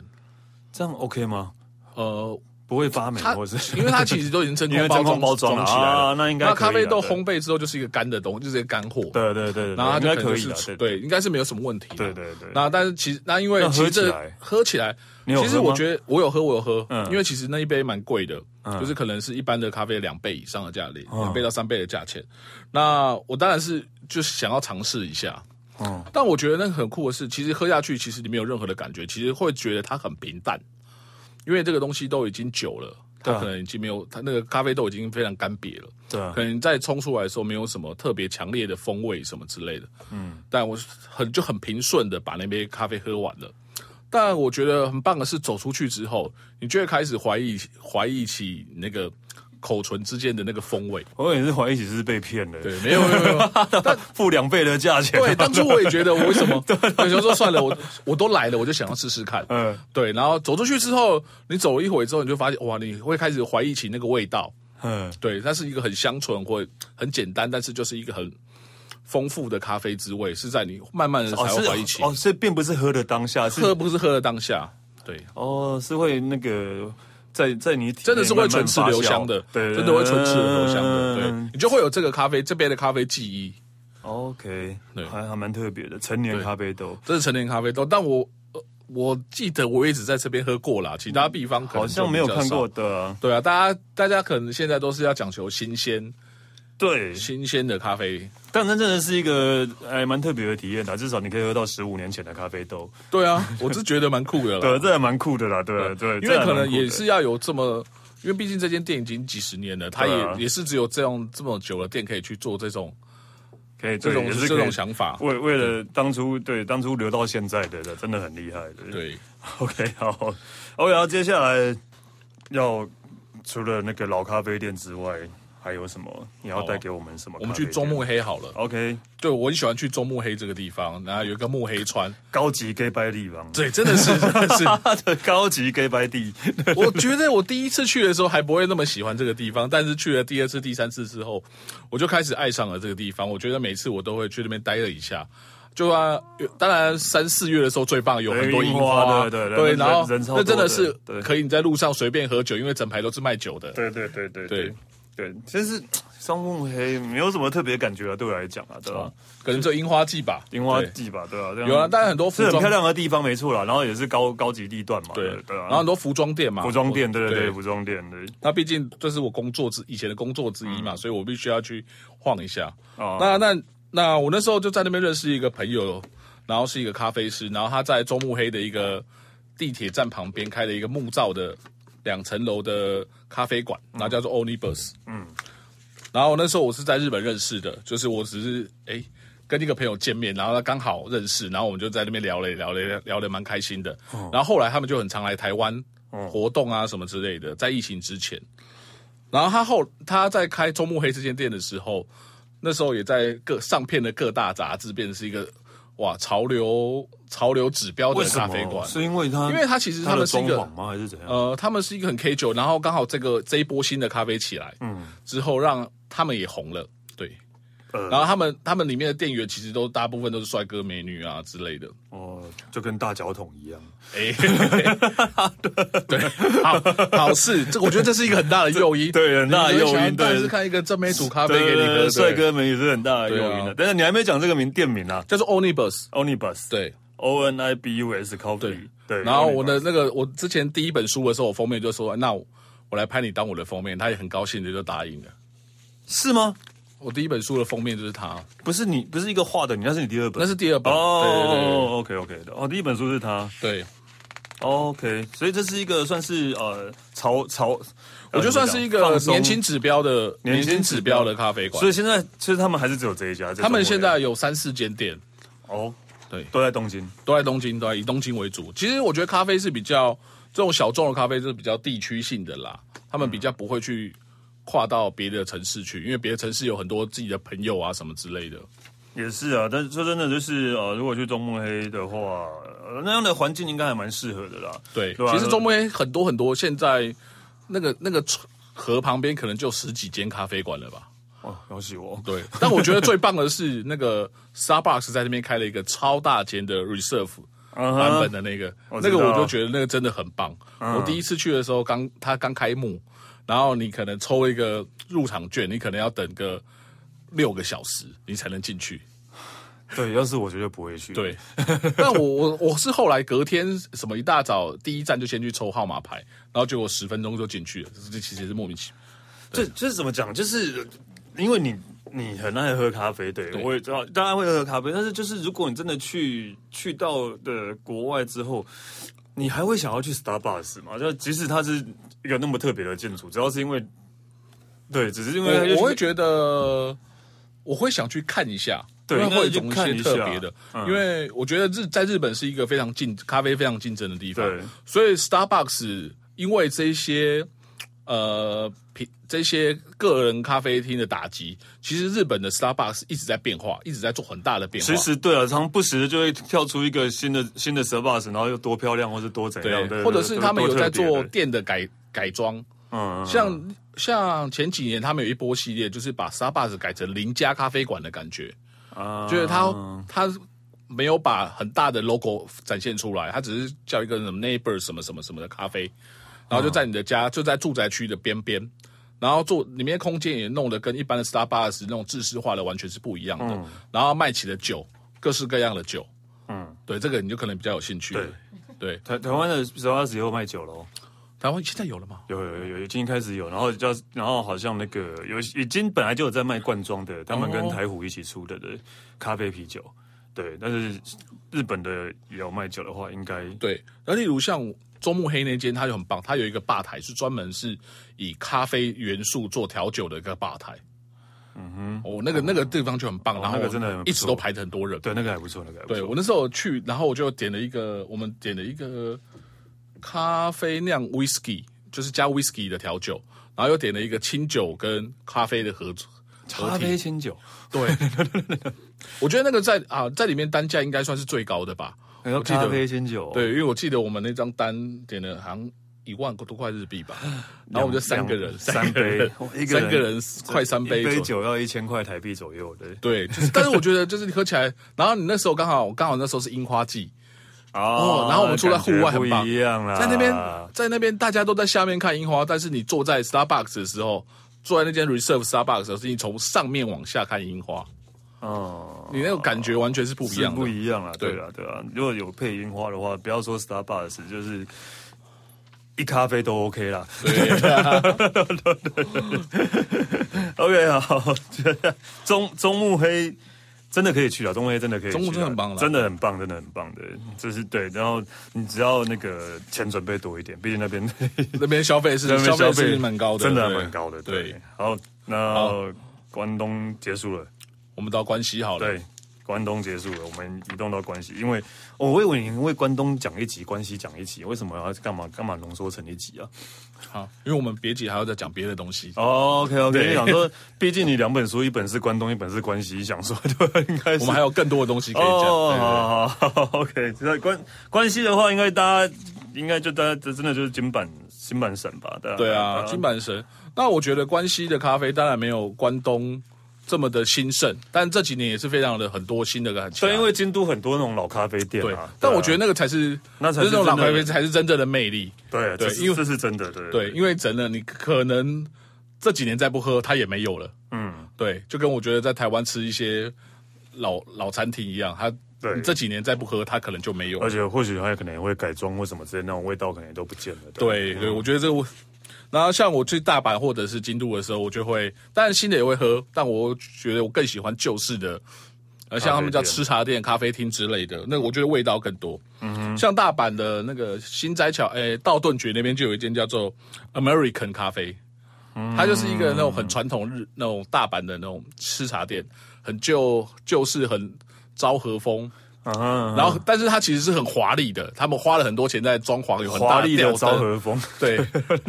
A: 这样 OK 吗？
B: 呃，
A: 不会发霉，
B: 它
A: 或是
B: [laughs] 因为它其实都已经真
A: 因为真空
B: 空
A: 包
B: 包
A: 装
B: 装
A: 了
B: 装起来
A: 啊
B: 了，
A: 那应该
B: 那
A: 可以
B: 咖啡
A: 了
B: 豆
A: 对
B: 烘焙之后就是一个干的东西，就是一个干货。
A: [laughs] 对对对，
B: 然后它
A: 应
B: 就
A: 该
B: 可能
A: 可
B: 就
A: 以
B: 是
A: 的
B: 出，
A: 对，
B: 对，应该是没有什么问题。
A: 对对对
B: 那但是其实那因为
A: 那
B: 其
A: 喝
B: 实
A: 起
B: 这
A: 来
B: 喝起来，
A: 你有
B: 其实
A: 喝吗
B: 我觉得我有喝，我有喝，
A: 嗯
B: 因为其实那一杯蛮贵的，就是可能是一般的咖啡的两倍以上的价钱，
A: 嗯
B: 两倍到三倍的价钱。那我当然是就是想要尝试一下。
A: 嗯
B: 但我觉得那个很酷的是，其实喝下去，其实你没有任何的感觉，其实会觉得它很平淡，因为这个东西都已经久了，它
A: 对啊
B: 可能已经没有它那个咖啡豆已经非常干瘪了。
A: 对啊
B: 可，能在冲出来的时候没有什么特别强烈的风味什么之类的，嗯，但我很就很平顺的把那杯咖啡喝完了。但我觉得很棒的是，走出去之后，你就会开始怀疑怀疑起那个口唇之间的那个风味。
A: 我也是怀疑起是被骗的， [laughs]
B: 对，没有没有没有，
A: 付两倍的价钱，
B: [laughs] 对，当初我也觉得我为什 [laughs] 么，有时候说算了，我我都来了，我就想要试试看。
A: [laughs] 嗯
B: 对，然后走出去之后，你走了一会之后，你就发现哇，你会开始怀疑起那个味道。
A: 嗯，
B: 对，它是一个很香醇或很简单，但是就是一个很丰富的咖啡滋味，是在你慢慢的才
A: 哦
B: 会怀疑
A: 是
B: 起。
A: 哦，所以并不是喝的当下，是
B: 喝不是喝的当下，对，
A: 哦是会那个在在你体内
B: 真的是会
A: 慢慢
B: 唇齿
A: 发酵
B: 留香的，
A: 对，
B: 真的会唇齿留香的，对
A: 嗯
B: 你就会有这个咖啡这边的咖啡记忆，
A: ，OK，
B: 对
A: 还还蛮特别的，成年
B: 对
A: 咖啡豆。
B: 这是成年咖啡豆。但我、呃我记得我也只在这边喝过啦，其他地方可能
A: 好像
B: 就
A: 没有
B: 比较
A: 看
B: 少
A: 过。的、啊，
B: 对啊，大家大家可能现在都是要讲求新鲜
A: 对，
B: 新鲜的咖啡，
A: 但那真的是一个还蛮特别的体验的，至少你可以喝到十五年前的咖啡豆，
B: 对啊，我是觉得蛮酷的啦。
A: [laughs] 对，这还蛮酷的啦，对对，
B: 啊因
A: 这
B: 为
A: 还
B: 可
A: 蛮
B: 能
A: 酷的
B: 也是要有这么，因为毕竟这间店已经几十年了，它也、
A: 对啊
B: 也是只有这样这么久的店可以去做这种
A: 可以
B: 这种
A: 对也是
B: 这
A: 可以
B: 种想法。
A: 为为了当初对当初留到现在的，对真的很厉害的。
B: 对，
A: [laughs] ，OK，好，OK，然后接下来要除了那个老咖啡店之外，还有什么？你要
B: 好啊
A: 带给我们什么
B: 我
A: 咖啡店？
B: 们去中目黑好了。
A: ，OK，
B: 对，我很喜欢去中目黑这个地方，然后有一个目黑川，
A: 高级 gay 白地方，
B: 对，真的是 [laughs] 真的是，
A: [laughs] 高级 gay 白地，
B: [laughs] 我觉得我第一次去的时候还不会那么喜欢这个地方，但是去了第二次、第三次之后，我就开始爱上了这个地方。我觉得每次我都会去那边待了一下。就啊，当然三四月的时候最棒，有很多
A: 对
B: 樱
A: 樱
B: 花
A: 花，对对
B: 对，
A: 人
B: 然后
A: 人超多
B: 那
A: 的
B: 真的是
A: 对
B: 可以你在路上随便喝酒，因为整排都是卖酒的。
A: 对对对对
B: 对
A: 对，其实双目黑没有什么特别感觉啊，对我来讲啊，对吧、
B: 可能就樱花季吧，
A: 樱花
B: 对
A: 季吧，对吧、这样
B: 有啊，但很多服
A: 是很
B: 装
A: 漂亮的地方，没错啦。然后也是高高级地段嘛，
B: 对
A: 对，对啊。
B: 然后很多服装店嘛，
A: 服装店，对对对，
B: 对
A: 服装店对。
B: 那毕竟这是我工作之以前的工作之一嘛，所以我必须要去晃一下。
A: 哦
B: 那那那我那时候就在那边认识一个朋友，然后是一个咖啡师，然后他在中目黑的一个地铁站旁边开了一个木造的两层楼的咖啡馆，然后叫做 Onibus。嗯，然后那时候我是在日本认识的，就是我只是诶跟一个朋友见面，然后他刚好认识，然后我们就在那边聊了聊了聊得蛮开心的。然后后来他们就很常来台湾活动啊什么之类的，在疫情之前。然后他后他在开中目黑这间店的时候，那时候也在各上片的各大杂志，变成是一个哇潮流潮流指标的咖啡馆。
A: 是因为它，
B: 因为它其实
A: 它
B: 他
A: 的
B: 们是
A: 装
B: 一个
A: 潢吗？还是怎样？
B: 呃，他们是一个很 K 九，然后刚好这个这一波新的咖啡起来，嗯，之后让他们也红了，对。
A: 呃
B: 然后他们他们里面的店员其实都大部分都是帅哥美女啊之类的，
A: 哦，就跟大脚桶一样，
B: 哎， [laughs] 对，好好事，这我觉得这是一个很大的诱因，
A: [laughs] 对很大的
B: 你会
A: 诱因
B: 想当然
A: 对
B: 是看一个正妹煮咖啡给你喝，
A: 帅
B: 对
A: 哥们也是很大的诱因
B: 对
A: 的
B: 啊。
A: 但是你还没讲这个名店名啊
B: 叫做 Onibus，
A: ，Onibus，
B: 对，
A: ，O N I B U S Coffee，对。
B: 然后我
A: Onibus
B: 的那个，我之前第一本书的时候，我封面就说，那我我来拍你当我的封面，他也很高兴的就答应了。
A: 是吗？
B: 我第一本书的封面就是他，
A: 不是你，不是一个画的，你那是你第二本，
B: 那是第二本，
A: 哦，OK OK 的，哦，第一本书是他哦
B: 对对对对，
A: ，OK，所以这是一个算是呃潮潮，
B: 我
A: 呃
B: 觉得算是一
A: 怎么讲
B: 个
A: 放松
B: 年轻指标的
A: 年
B: 年
A: 轻
B: 轻
A: 指
B: 指
A: 标
B: 标的咖啡馆
A: 所，以现在其实他们还是只有这一家。这
B: 他
A: 中国
B: 们现
A: 人
B: 在有三四间店，
A: 哦，
B: 对
A: 都在东京。
B: 都在东京，都在以东京为主。其实我觉得咖啡是比较这种小众的咖啡是比较地区性的啦，他们比较不会去跨到别的城市去，因为别的城市有很多自己的朋友啊什么之类的。
A: 也是啊，但是说真的，就是呃，如果去中目黑的话，呃那样的环境应该还蛮适合的啦。
B: 对，
A: 对啊
B: 其实中间很多很多，现在那个那个河旁边可能就十几间咖啡馆了吧。
A: 哦，恭喜我！
B: [laughs] 对，但我觉得最棒的是那个 Starbucks 在那边开了一个超大间的 Reserve
A: 嗯哼
B: 版本的那个，
A: 我知
B: 那
A: 道嗯
B: 个我就觉得那个真的很棒。我第一次去的时候，刚它刚开幕，然后你可能抽一个入场券，你可能要等个六个小时，你才能进去。
A: 对，要是我绝对不会去。， [laughs]
B: 对，但我我我是后来隔天什么一大早第一站就先去抽号码牌，然后结果十分钟就进去了，这其实是莫名其妙。
A: 这这是怎么讲？就是因为你你很爱喝咖啡，对
B: 对
A: 我也知道，当然会喝咖啡，但是就是如果你真的去去到的国外之后，你还会想要去 Starbucks 吗？就即使它是一个那么特别的建筑，主要是因为对，只是因为
B: 我我会觉得我会想去看一下，
A: 对
B: 因为
A: 应该是
B: 会
A: 去
B: 懂一
A: 看
B: 些
A: 一
B: 特
A: 下
B: 别的，
A: 嗯
B: 因为我觉得日在日本是一个非常竞咖啡非常竞争的地方
A: 对，
B: 所以 Starbucks 因为这些呃品这些个人咖啡厅的打击，其实日本的 Starbucks 一直在变化，一直在做很大的变化。
A: 其实对啊，常不时地就会跳出一个新的新的 Starbucks，然后又多漂亮，或是多怎样，对，
B: 或者是他们有在做
A: 多特别的
B: 店的改改装，
A: 嗯，嗯
B: 像像前几年他们有一波系列，就是把 Starbucks 改成邻家咖啡馆的感觉，
A: 啊
B: 就是他他没有把很大的 logo 展现出来，他只是叫一个什么 neighbor 什么什么什么的咖啡，然后就在你的
A: 嗯
B: 家，就在住宅区的边边。然后做里面空间也弄得跟一般的 Starbucks 那种制式化的完全是不一样的，然后卖起了酒，各式各样的酒，
A: 嗯，
B: 对这个你就可能比较有兴趣。
A: 对
B: 对，
A: 台台湾的 Starbucks 也有卖酒喽。
B: 台湾现在有了吗？
A: 有有有，已经开始有，然后叫，然后好像那个有已经本来就有在卖罐装的，他们跟
B: 哦
A: 台虎一起出的的咖啡啤酒，对，但是日本的也有卖酒的话，应该
B: 对，那例如像周目黑那间，它就很棒，它有一个吧台是专门是以咖啡元素做调酒的一个吧台。嗯哼，哦，那个那个地方就很棒，然后
A: 哦那个真的很不
B: 一直
A: 错
B: 都排着很多人。
A: 对那个还不错，那个还不
B: 对，
A: 错，
B: 我那时候去，然后我就点了一个，我们点了一个咖啡酿 whisky，就是加 whisky 的调酒，然后又点了一个清酒跟咖啡的合作。
A: 咖啡清酒，
B: 对，
A: [laughs]
B: 我觉得那个在啊，在里面单价应该算是最高的吧。
A: 然后
B: 记得
A: 咖啡清酒，
B: 对，因为我记得我们那张单点了好像一万多块日币吧，
A: [laughs]
B: 然后我们就三个人，
A: 两
B: 三个人
A: 三杯，一个人
B: 三个人快三杯
A: 一
B: 左
A: 杯
B: 右。
A: 酒要一千块台币左右，对，
B: 对，就是，但是我觉得就是你喝起来，然后你那时候刚好刚好那时候是樱花季，
A: 哦
B: 然后我们出来户外很棒
A: 不一样啦，
B: 在那边在那边大家都在下面看樱花，但是你坐在 Starbucks 的时候，坐在那间 Reserve Starbucks 的时候，是你从上面往下看樱花，
A: 哦。
B: 你那种感觉完全是不一
A: 是
B: 样的
A: 不。一样啦，
B: 对
A: 对啊，对啊。如果有配樱花的话，不要说 Starbucks，就是一咖啡都 OK 啦。
B: 对，
A: OK，好， [laughs] 觉得中中目黑真的可以去啊了，中目黑真的可以去啦，
B: 中目真的很棒啦
A: 真的很棒，真的很棒的，这是对。然后你只要那个钱准备多一点，毕竟那
B: [laughs]
A: 边
B: 那边消费
A: [laughs]
B: 是
A: 那边
B: 消费是蛮高的，
A: 真的
B: 对
A: 蛮高的。对
B: 对，，
A: 好，那关东结束了，
B: 我们到关西好了。
A: 对。关东结束了，我们移动到关西，因为、哦、我以为你为关东讲一集，关西讲一集，为什么要干嘛干嘛浓缩成一集啊？
B: 好，因为我们别急，还要再讲别的东西。
A: 哦，OK OK，
B: 对
A: 因为想 [laughs] 说，毕竟你两本书，一本是关东，一本是关西， [laughs] 想说对，应该是
B: 我们还有更多的东西可以讲。对对对
A: 哦，好好好，OK，那关关系的话，应该大家应该就大家这真的就是金版金版神吧？对啊，
B: 对啊，金板神。那我觉得关西的咖啡当然没有关东这么的兴盛，但这几年也是非常的很多新的很强。
A: 对，因为京都很多那种老咖啡店
B: 对
A: 啊，，
B: 但我觉得那个才是
A: 那才
B: 就是是那种老
A: 真的
B: 咖啡才是真正的魅力。
A: 对
B: 对
A: 对，因
B: 因为
A: 为这是真的，对
B: 对，因为真的你可能这几年再不喝，它也没有了。
A: 嗯，
B: 对，就跟我觉得在台湾吃一些老老餐厅一样，它
A: 对
B: 你这几年再不喝，它可能就没有了
A: 而。且或许它可能也会改装或什么之类，那种味道可能也都不见了。
B: 对对，
A: 嗯
B: 我觉得这个我，然后像我去大阪或者是京都的时候，我就会，当然新的也会喝，但我觉得我更喜欢旧式的，呃，像他们叫吃茶店、咖啡厅之类的，那我觉得味道更多。嗯，像大阪的那个新斋桥，诶，道顿崛那边就有一间叫做 American 咖啡，
A: 嗯
B: 它就是一个那种很传统日那种大阪的那种吃茶店，很旧旧式很。昭和风，
A: 嗯哼，
B: 然后但是它其实是很华丽的，他们花了很多钱在装潢，有很大
A: 华丽的
B: 吊灯
A: 昭和风，
B: 对，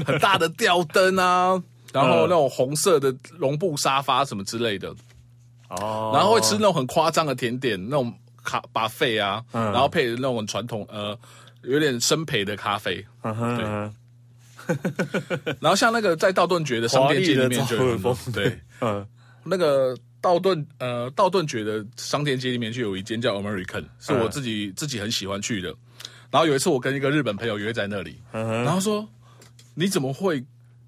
B: 很大的吊灯啊，然后那种红色的绒布沙发什么之类的，
A: [laughs] 哦，
B: 然后会吃那种很夸张的甜点，那种咖巴费啊，
A: 嗯
B: 然后配那种很传统呃有点生培的咖啡，
A: 嗯哼，嗯
B: 然后像那个在道顿崛的商
A: 华
B: 店
A: 丽
B: 街里
A: 的
B: 面就
A: 昭
B: 有
A: 和
B: 很多
A: 风
B: 对。
A: 哼
B: 那个道顿呃道顿崛的商店街里面就有一间叫 American，是
A: 嗯
B: 我自己、自己很喜欢去的。然后有一次我跟一个日本朋友约在那里，
A: 嗯
B: 然后说你怎么会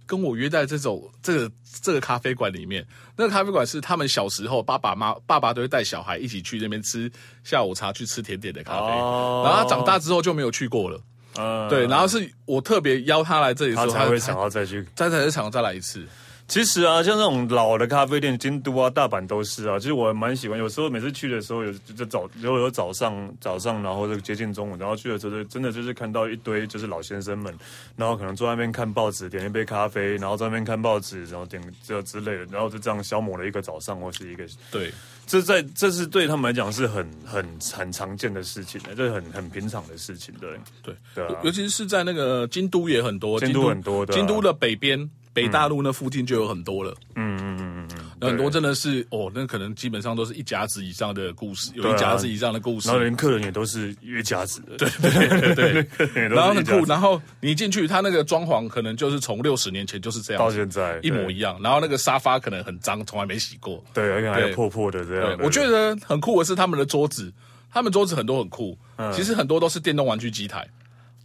B: 跟我约在这种这个这个咖啡馆里面？那个咖啡馆是他们小时候爸爸妈爸爸都会带小孩一起去那边吃下午茶、去吃甜点的咖啡。
A: 哦
B: 然后他长大之后就没有去过了。
A: 嗯，
B: 对，然后是我特别邀他来这里的时
A: 他
B: 候，
A: 才会想
B: 他
A: 要再去
B: 在在这场再来一次。
A: 其实啊，像这种老的咖啡店，京都啊、大阪都是啊。其实我还蛮喜欢，有时候每次去的时候，有就早，有有早上早上，然后就接近中午，然后去的时候，就真的就是看到一堆就是老先生们，然后可能坐在那边看报纸，点一杯咖啡，然后在那边看报纸，然后点这之类的，然后就这样消磨了一个早上或是一个
B: 对，
A: 这在这是对他们来讲是很很很常见的事情，这是很很平常的事情，对
B: 对，
A: 对啊
B: 尤其是在那个京都也很多，
A: 京都很多对啊
B: 京都的北边。北大陆那附近就有很多了，嗯嗯嗯嗯，很多真的是哦，那可能基本上都是一甲子以上的故事，有
A: 对
B: 一
A: 啊
B: 甲子以上的故事
A: 然，后连客人也都是约架子的，对，
B: 对
A: [laughs]
B: 对
A: 对
B: 然后很酷，然后你一进去，它那个装潢可能就是从六十年前就是这样
A: 到
B: 子，
A: 现在
B: 一模
A: 对
B: 一样，然后那个沙发可能很脏，从来没洗过，
A: 对，而且还
B: 对
A: 有破破的这样。
B: 对，我觉得很酷的是他们的桌子，他们桌子很多很酷，
A: 嗯
B: 其实很多都是电动玩具机台，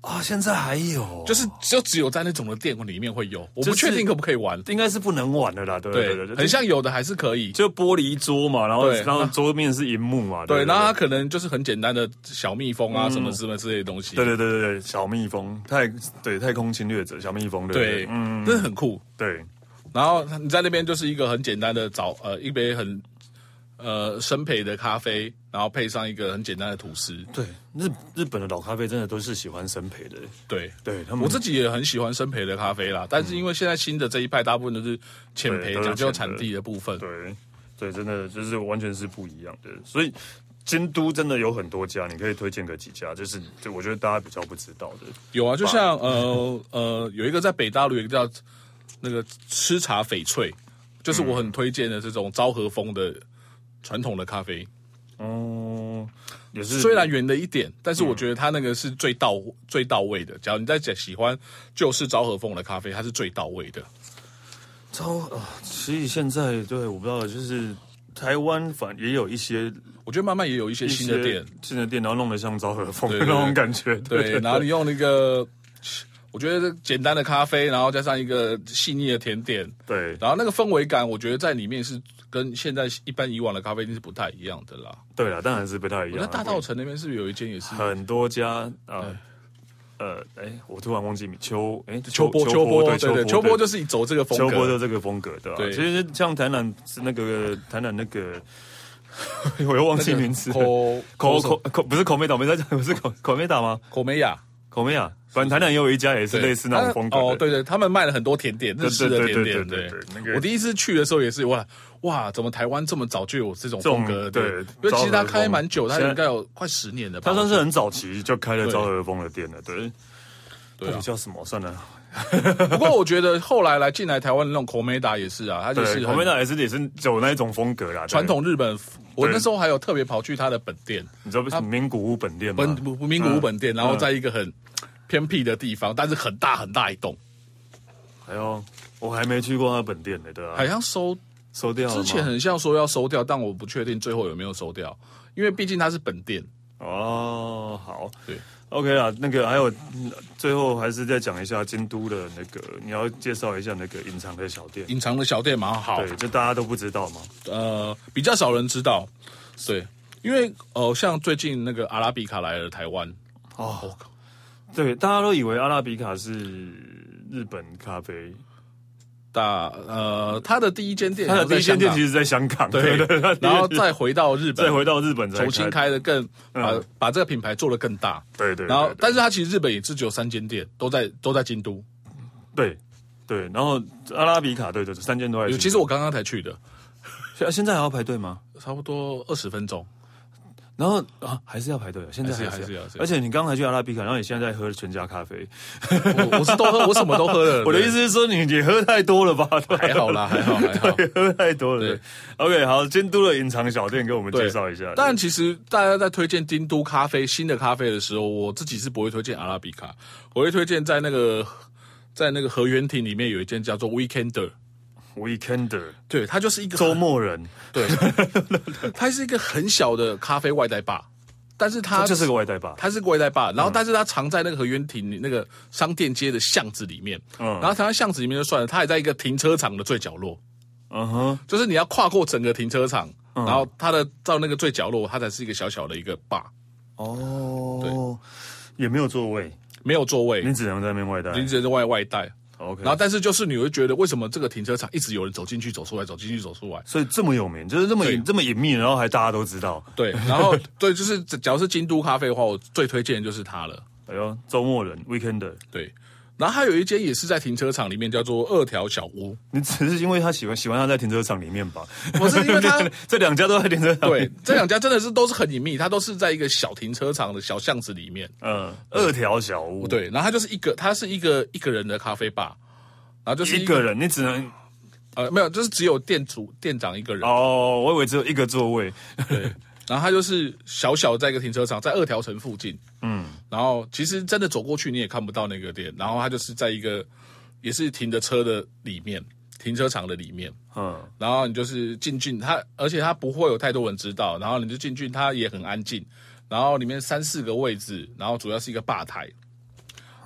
A: 啊，现在还有，就
B: 就
A: 是
B: 就只有在那种的店里面会有，我不
A: 就是
B: 确定可不可以玩。
A: 应该是不能玩的啦，对对对
B: 对，
A: 对，
B: 很像有的还是可以。
A: 就玻璃桌嘛，然后
B: 对
A: 然后桌面是荧幕嘛，
B: 对，
A: 对，
B: 那它可能就是很简单的小蜜蜂啊，什么什么之类的东西。
A: 对对对对对，小蜜蜂太对太空侵略者小蜜蜂，对
B: 对
A: 对，嗯，
B: 真的很酷。
A: 对，
B: 然后你在那边就是一个很简单的早呃一杯很呃生培的咖啡，然后配上一个很简单的吐司。
A: 对，日日本的老咖啡真的都是喜欢生培的，
B: 对，
A: 对他们，
B: 我自己也很喜欢生培的咖啡啦，但是因为现在新的这一派大部分都是浅
A: 对
B: 培，
A: 都是
B: 讲究
A: 浅培
B: 产地的部分。
A: 对对，真的就是完全是不一样的，所以。京都真的有很多家，你可以推荐个几家，就是就我觉得大家比较不知道的。
B: 有啊，就像呃呃，有一个在北大陆，有一个叫那个吃茶翡翠，就是
A: 嗯
B: 我很推荐的这种昭和风的传统的咖啡，
A: 哦、也是嗯
B: 虽然圆了一点，但是我觉得它那个是最到、最到位的。假如你在讲喜欢旧式昭和风的咖啡，它是最到位的。
A: 超啊，所以现在对我不知道，就是台湾反也有一些
B: 我觉得慢慢也有一些
A: 一
B: 新
A: 些
B: 的店，
A: 新的店，然后弄得像昭和风
B: 对
A: 那
B: 对对
A: 种感觉， [laughs]
B: 对，然后你用那个。我觉得简单的咖啡，然后加上一个细腻的甜点，
A: 对
B: 然后那个氛围感，我觉得在里面是跟现在一般以往的咖啡店是不太一样的啦。
A: 对了，当然是不太一
B: 那
A: 样。
B: 大道城那边是不是有一间也是？
A: 很多家呃呃，哎，我突然忘记名秋哎
B: [laughs] 秋波，秋波，对对，秋波就是是走这个风
A: 秋波
B: 格
A: 就。这个风格对吧？
B: 对
A: 其实像台南是那个台南那个， [laughs] 我又忘记名字了。
B: 口
A: [laughs] 口
B: 口
A: 口
B: 口
A: 口不是口美岛，没在讲，不是口口美岛吗？
B: 口美雅，
A: 口美啊，反正台南也有一家也是
B: 对
A: 类似那种风格
B: 他
A: 的。
B: 哦，对对，他们卖了很多甜点，日式的
A: 对
B: 甜
A: 对对
B: 点。
A: 对
B: 对
A: 对对那个
B: 我第一次去的时候也是哇哇，怎么台湾这么早就有这种风格？
A: 这种对
B: 因为其实
A: 昭
B: 它
A: 和风
B: 开蛮久，它
A: 现在
B: 应该有快十年了吧？
A: 他算是
B: 我觉
A: 很早期就开了
B: 对
A: 昭和风的店了，对。
B: 对啊
A: 到底叫什么？算了，
B: 得不过我觉得后来来进来台湾的那种口美达也是啊，它就
A: 对，
B: 是
A: 旁边
B: 很
A: 那也是也是走那一种风格啦，对
B: 传。统日本。我那时候还有特别跑去它的本店，
A: 你知道不是名古屋本店吗？
B: 本不名古屋本店，然后在一个很偏僻的地方，但是很大很大一栋，
A: 哎呦，我还没去过他本店呢，对吧、
B: 好像收
A: 收掉了吗
B: 之前很像说要收掉，但我不确定最后有没有收掉，因为毕竟它是本店。
A: 哦，好，
B: 对
A: ，OK 啦。那个还有嗯最后还是再讲一下京都的那个，你要介绍一下那个隐藏的小店。
B: 隐藏的小店蛮好，
A: 对，这大家都不知道嘛。
B: 呃，比较少人知道，对，因为呃，像最近那个阿拉比卡来了台湾，
A: 哦，对，大家都以为阿拉比卡是日本咖啡，
B: 大呃，他的第一间店，
A: 它的第一间店其
B: 实
A: 实在香港，
B: 对
A: 对对，
B: 然后
A: 再。
B: 再回到日本，
A: 再回到日本才
B: 重新，开的更把、
A: 嗯
B: 把这个品牌做得更大，
A: 对对，
B: 然后
A: 对
B: 但是它其实日本也是只有三间店，都在都在京都，
A: 对对，然后阿拉比卡，对对对，三间都在京都。
B: 其实我刚刚才去的，
A: 现现在还要排队吗？
B: 差不多二十分钟，
A: 然后啊，还是要排队的，现在
B: 还是
A: 是
B: 还是还是
A: 而且你刚才去阿拉比卡，然后你现在在喝全家咖啡，
B: 我我是
A: [laughs]
B: 都喝，我什么都喝了，
A: 我的
B: 对
A: 意思是说你你喝太多了吧？对
B: [laughs] 还好啦，还好还好。
A: 对喝太多了。对 OK，好，监督的隐藏小店给我们
B: 对
A: 介绍一下。
B: 但其实大家在推荐京都咖啡新的咖啡的时候，我自己是不会推荐阿拉比卡，我会推荐在那个在那个河原町里面有一间叫做 Weekender，
A: Weekender
B: 对，它就是一个很
A: 周末人，
B: [laughs] 对，它是一个很小的咖啡外带吧，但是它
A: 他就是个嗯外带吧？
B: 它是国外代霸，然后但是它藏在那个河源亭里那个商店街的巷子里面，
A: 嗯
B: 然后藏在巷子里面就算了，它还在一个停车场的最角落，
A: 嗯哼，
B: 就是你要跨过整个停车场，然后它的到那个最角落，它才是一个小小的一个坝，
A: 哦，也没有座位，
B: 没有座位，
A: 你只能在那边外带。
B: 你只能外外带。
A: 嗯 OK，
B: 然后但是就是你会觉得为什么这个停车场一直有人走进去走出来，走进去走出来？
A: 所以这么有名，就是这么
B: 对
A: 这么隐秘，然后还大家都知道。
B: 对，然后对，就是假如是京都咖啡的话，我最推荐的就是它了。
A: 哎呦，周末人 Weekender，
B: 对，然后还有一间也是在停车场里面，叫做二条小屋。
A: 你只是因为他喜欢喜欢他在停车场里面吧？
B: 不是因
A: [laughs]
B: 为他
A: 这两家都在停车场。
B: 对，，这两家真的是都是很隐秘，它都是在一个小停车场的小巷子里面。
A: 嗯，二条小屋，，
B: 对，然后它就是一个，它是一个一个人的咖啡吧，然后就是
A: 一个人你只能
B: 呃没有，就是只有店主店长一个人。
A: 哦，我以为只有一个座位。
B: 然后它就是小小在一个停车场，在二条城附近。嗯，然后其实真的走过去你也看不到那个店，然后它就是在一个也是停着车的里面，停车场的里面。
A: 嗯，
B: 然后你就是进去它，而且它不会有太多人知道，然后你就进去，它也很安静，然后里面三四个位置，然后主要是一个吧台。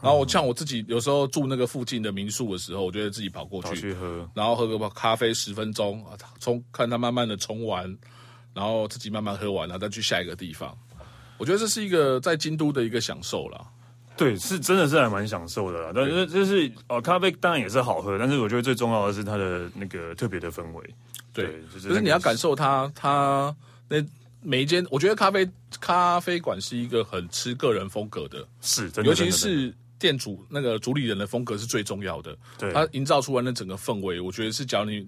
B: 然后我像我自己有时候住那个附近的民宿的时候，我就会自己跑过
A: 跑
B: 去，
A: 去喝。
B: 然后喝个咖啡十分钟，啊冲看它慢慢的冲完，然后自己慢慢喝完，然后再去下一个地方。我觉得这是一个在京都的一个享受啦。
A: 对，是真的是还蛮享受的啦。但是就是哦，咖啡当然也是好喝，但是我觉得最重要的是它的那个特别的氛围。
B: 对，
A: 就
B: 就是你要感受它，它那每一间，我觉得咖啡咖啡馆是一个很吃个人风格的，
A: 是，真的
B: 尤其
A: 真的真的
B: 是店主那个主理人的风格是最重要的。
A: 对
B: 他营造出来的整个氛围，我觉得是只要你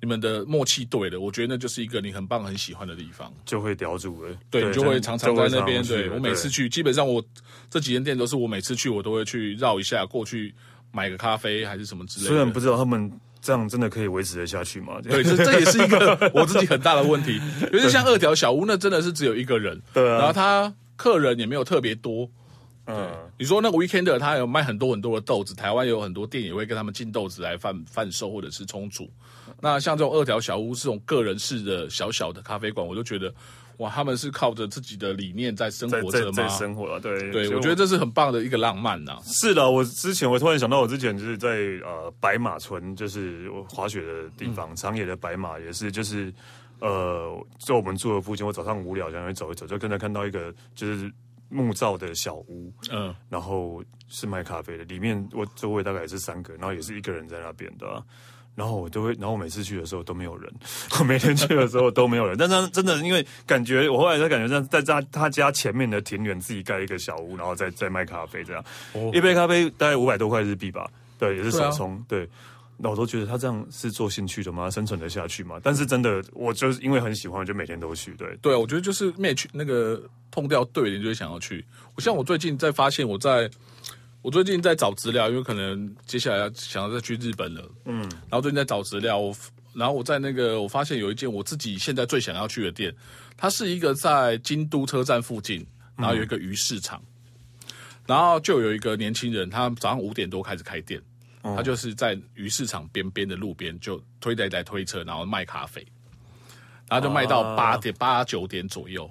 B: 你们的默契对了，我觉得那就是一个你很棒、很喜欢的地方。
A: 就会叼住了，
B: 对，你就会常常在那边。
A: 就会常常去
B: 对我每次去，基本上我这几间店都是我每次去，我都会去绕一下，过去买个咖啡还是什么之类的。
A: 虽然不知道他们这样真的可以维持得下去吗？
B: 对，这这也是
A: [laughs]
B: 一个我自己很大的问题。尤其像二条小屋，那真的是只有一个人，
A: 对啊
B: 然后他客人也没有特别多。
A: 嗯，
B: 你说那个 Weekender 他有卖很多很多的豆子，台湾有很多店也会跟他们进豆子来贩贩售或者是冲煮。那像这种二条小屋这种个人式的小小的咖啡馆，我就觉得哇，他们是靠着自己的理念在生
A: 在
B: 活
A: 在
B: 着
A: 在
B: 吗？
A: 生活了，对
B: 对，
A: 所以
B: 我觉得这是很棒的一个浪漫呐、
A: 是的，我之前我突然想到，我之前就是在呃白马村，就是我滑雪的地方，长野的白马也是，就是呃，在我们住的附近，我早上无聊，然后走一走，就跟着看到一个就是木造的小屋，
B: 嗯，
A: 然后是卖咖啡的，里面我周围大概也是三个，然后也是一个人在那边的啊、然后我都会，然后我每次去的时候都没有人，我每天去的时候都没有人。但是真的，因为感觉我后来才感觉在在在他家前面的庭园自己盖一个小屋，然后再再卖咖啡这样，一杯咖啡大概五百多块日币吧，对，也是手冲，对。那我都觉得他这样是做兴趣的吗？生存得下去吗？但是真的，我就是因为很喜欢，我就每天都去。对，
B: 对，我觉得就是 match 那个碰掉对的，你就会想要去。我像我最近在发现，我在我最近在找资料，因为可能接下来要想要再去日本了，嗯，然后最近在找资料，我然后我在那个我发现有一间我自己现在最想要去的店，它是一个在京都车站附近，
A: 嗯
B: 然后有一个鱼市场，然后就有一个年轻人，他早上五点多开始开店，
A: 哦
B: 他就是在鱼市场边边的路边就推着一台推车，然后卖咖啡，然后就卖
A: 啊
B: 到八点八九点左右，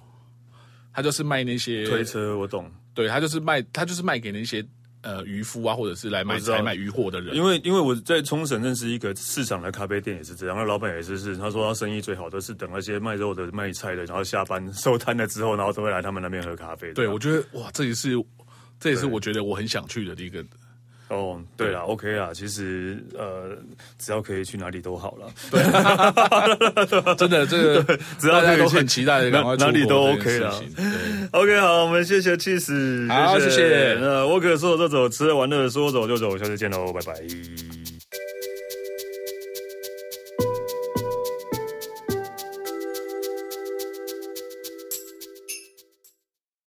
B: 他就是卖那些
A: 推车我懂，
B: 对他就是卖他就是卖给那些呃渔夫啊，或者是来买
A: 我知道
B: 来买渔货的人
A: 因。为因为我在冲绳认识一个市场的咖啡店也是这样，那老板也是是，他说他生意最好的是等那些卖肉的、卖菜的，然后下班收摊了之后，然后都会来他们那边喝咖啡。这
B: 对，
A: 样
B: 我觉得哇，这也是这也是我觉得我很想去的
A: [laughs]
B: 一个。
A: 哦，对啦 o k 啦，其实呃，只要可以去哪里都好了，
B: [laughs] 真的，这个
A: 只要
B: 大
A: 可
B: 家
A: 以
B: 都
A: 去
B: 很期待，赶快
A: 哪
B: 出
A: 哪里
B: 国
A: 都 OK
B: 这件
A: 啦
B: 事情对
A: OK，好，我们谢谢 Cheese，
B: 好谢谢
A: 那我可说走就走，吃了玩乐说走就走，下次见喽，拜拜。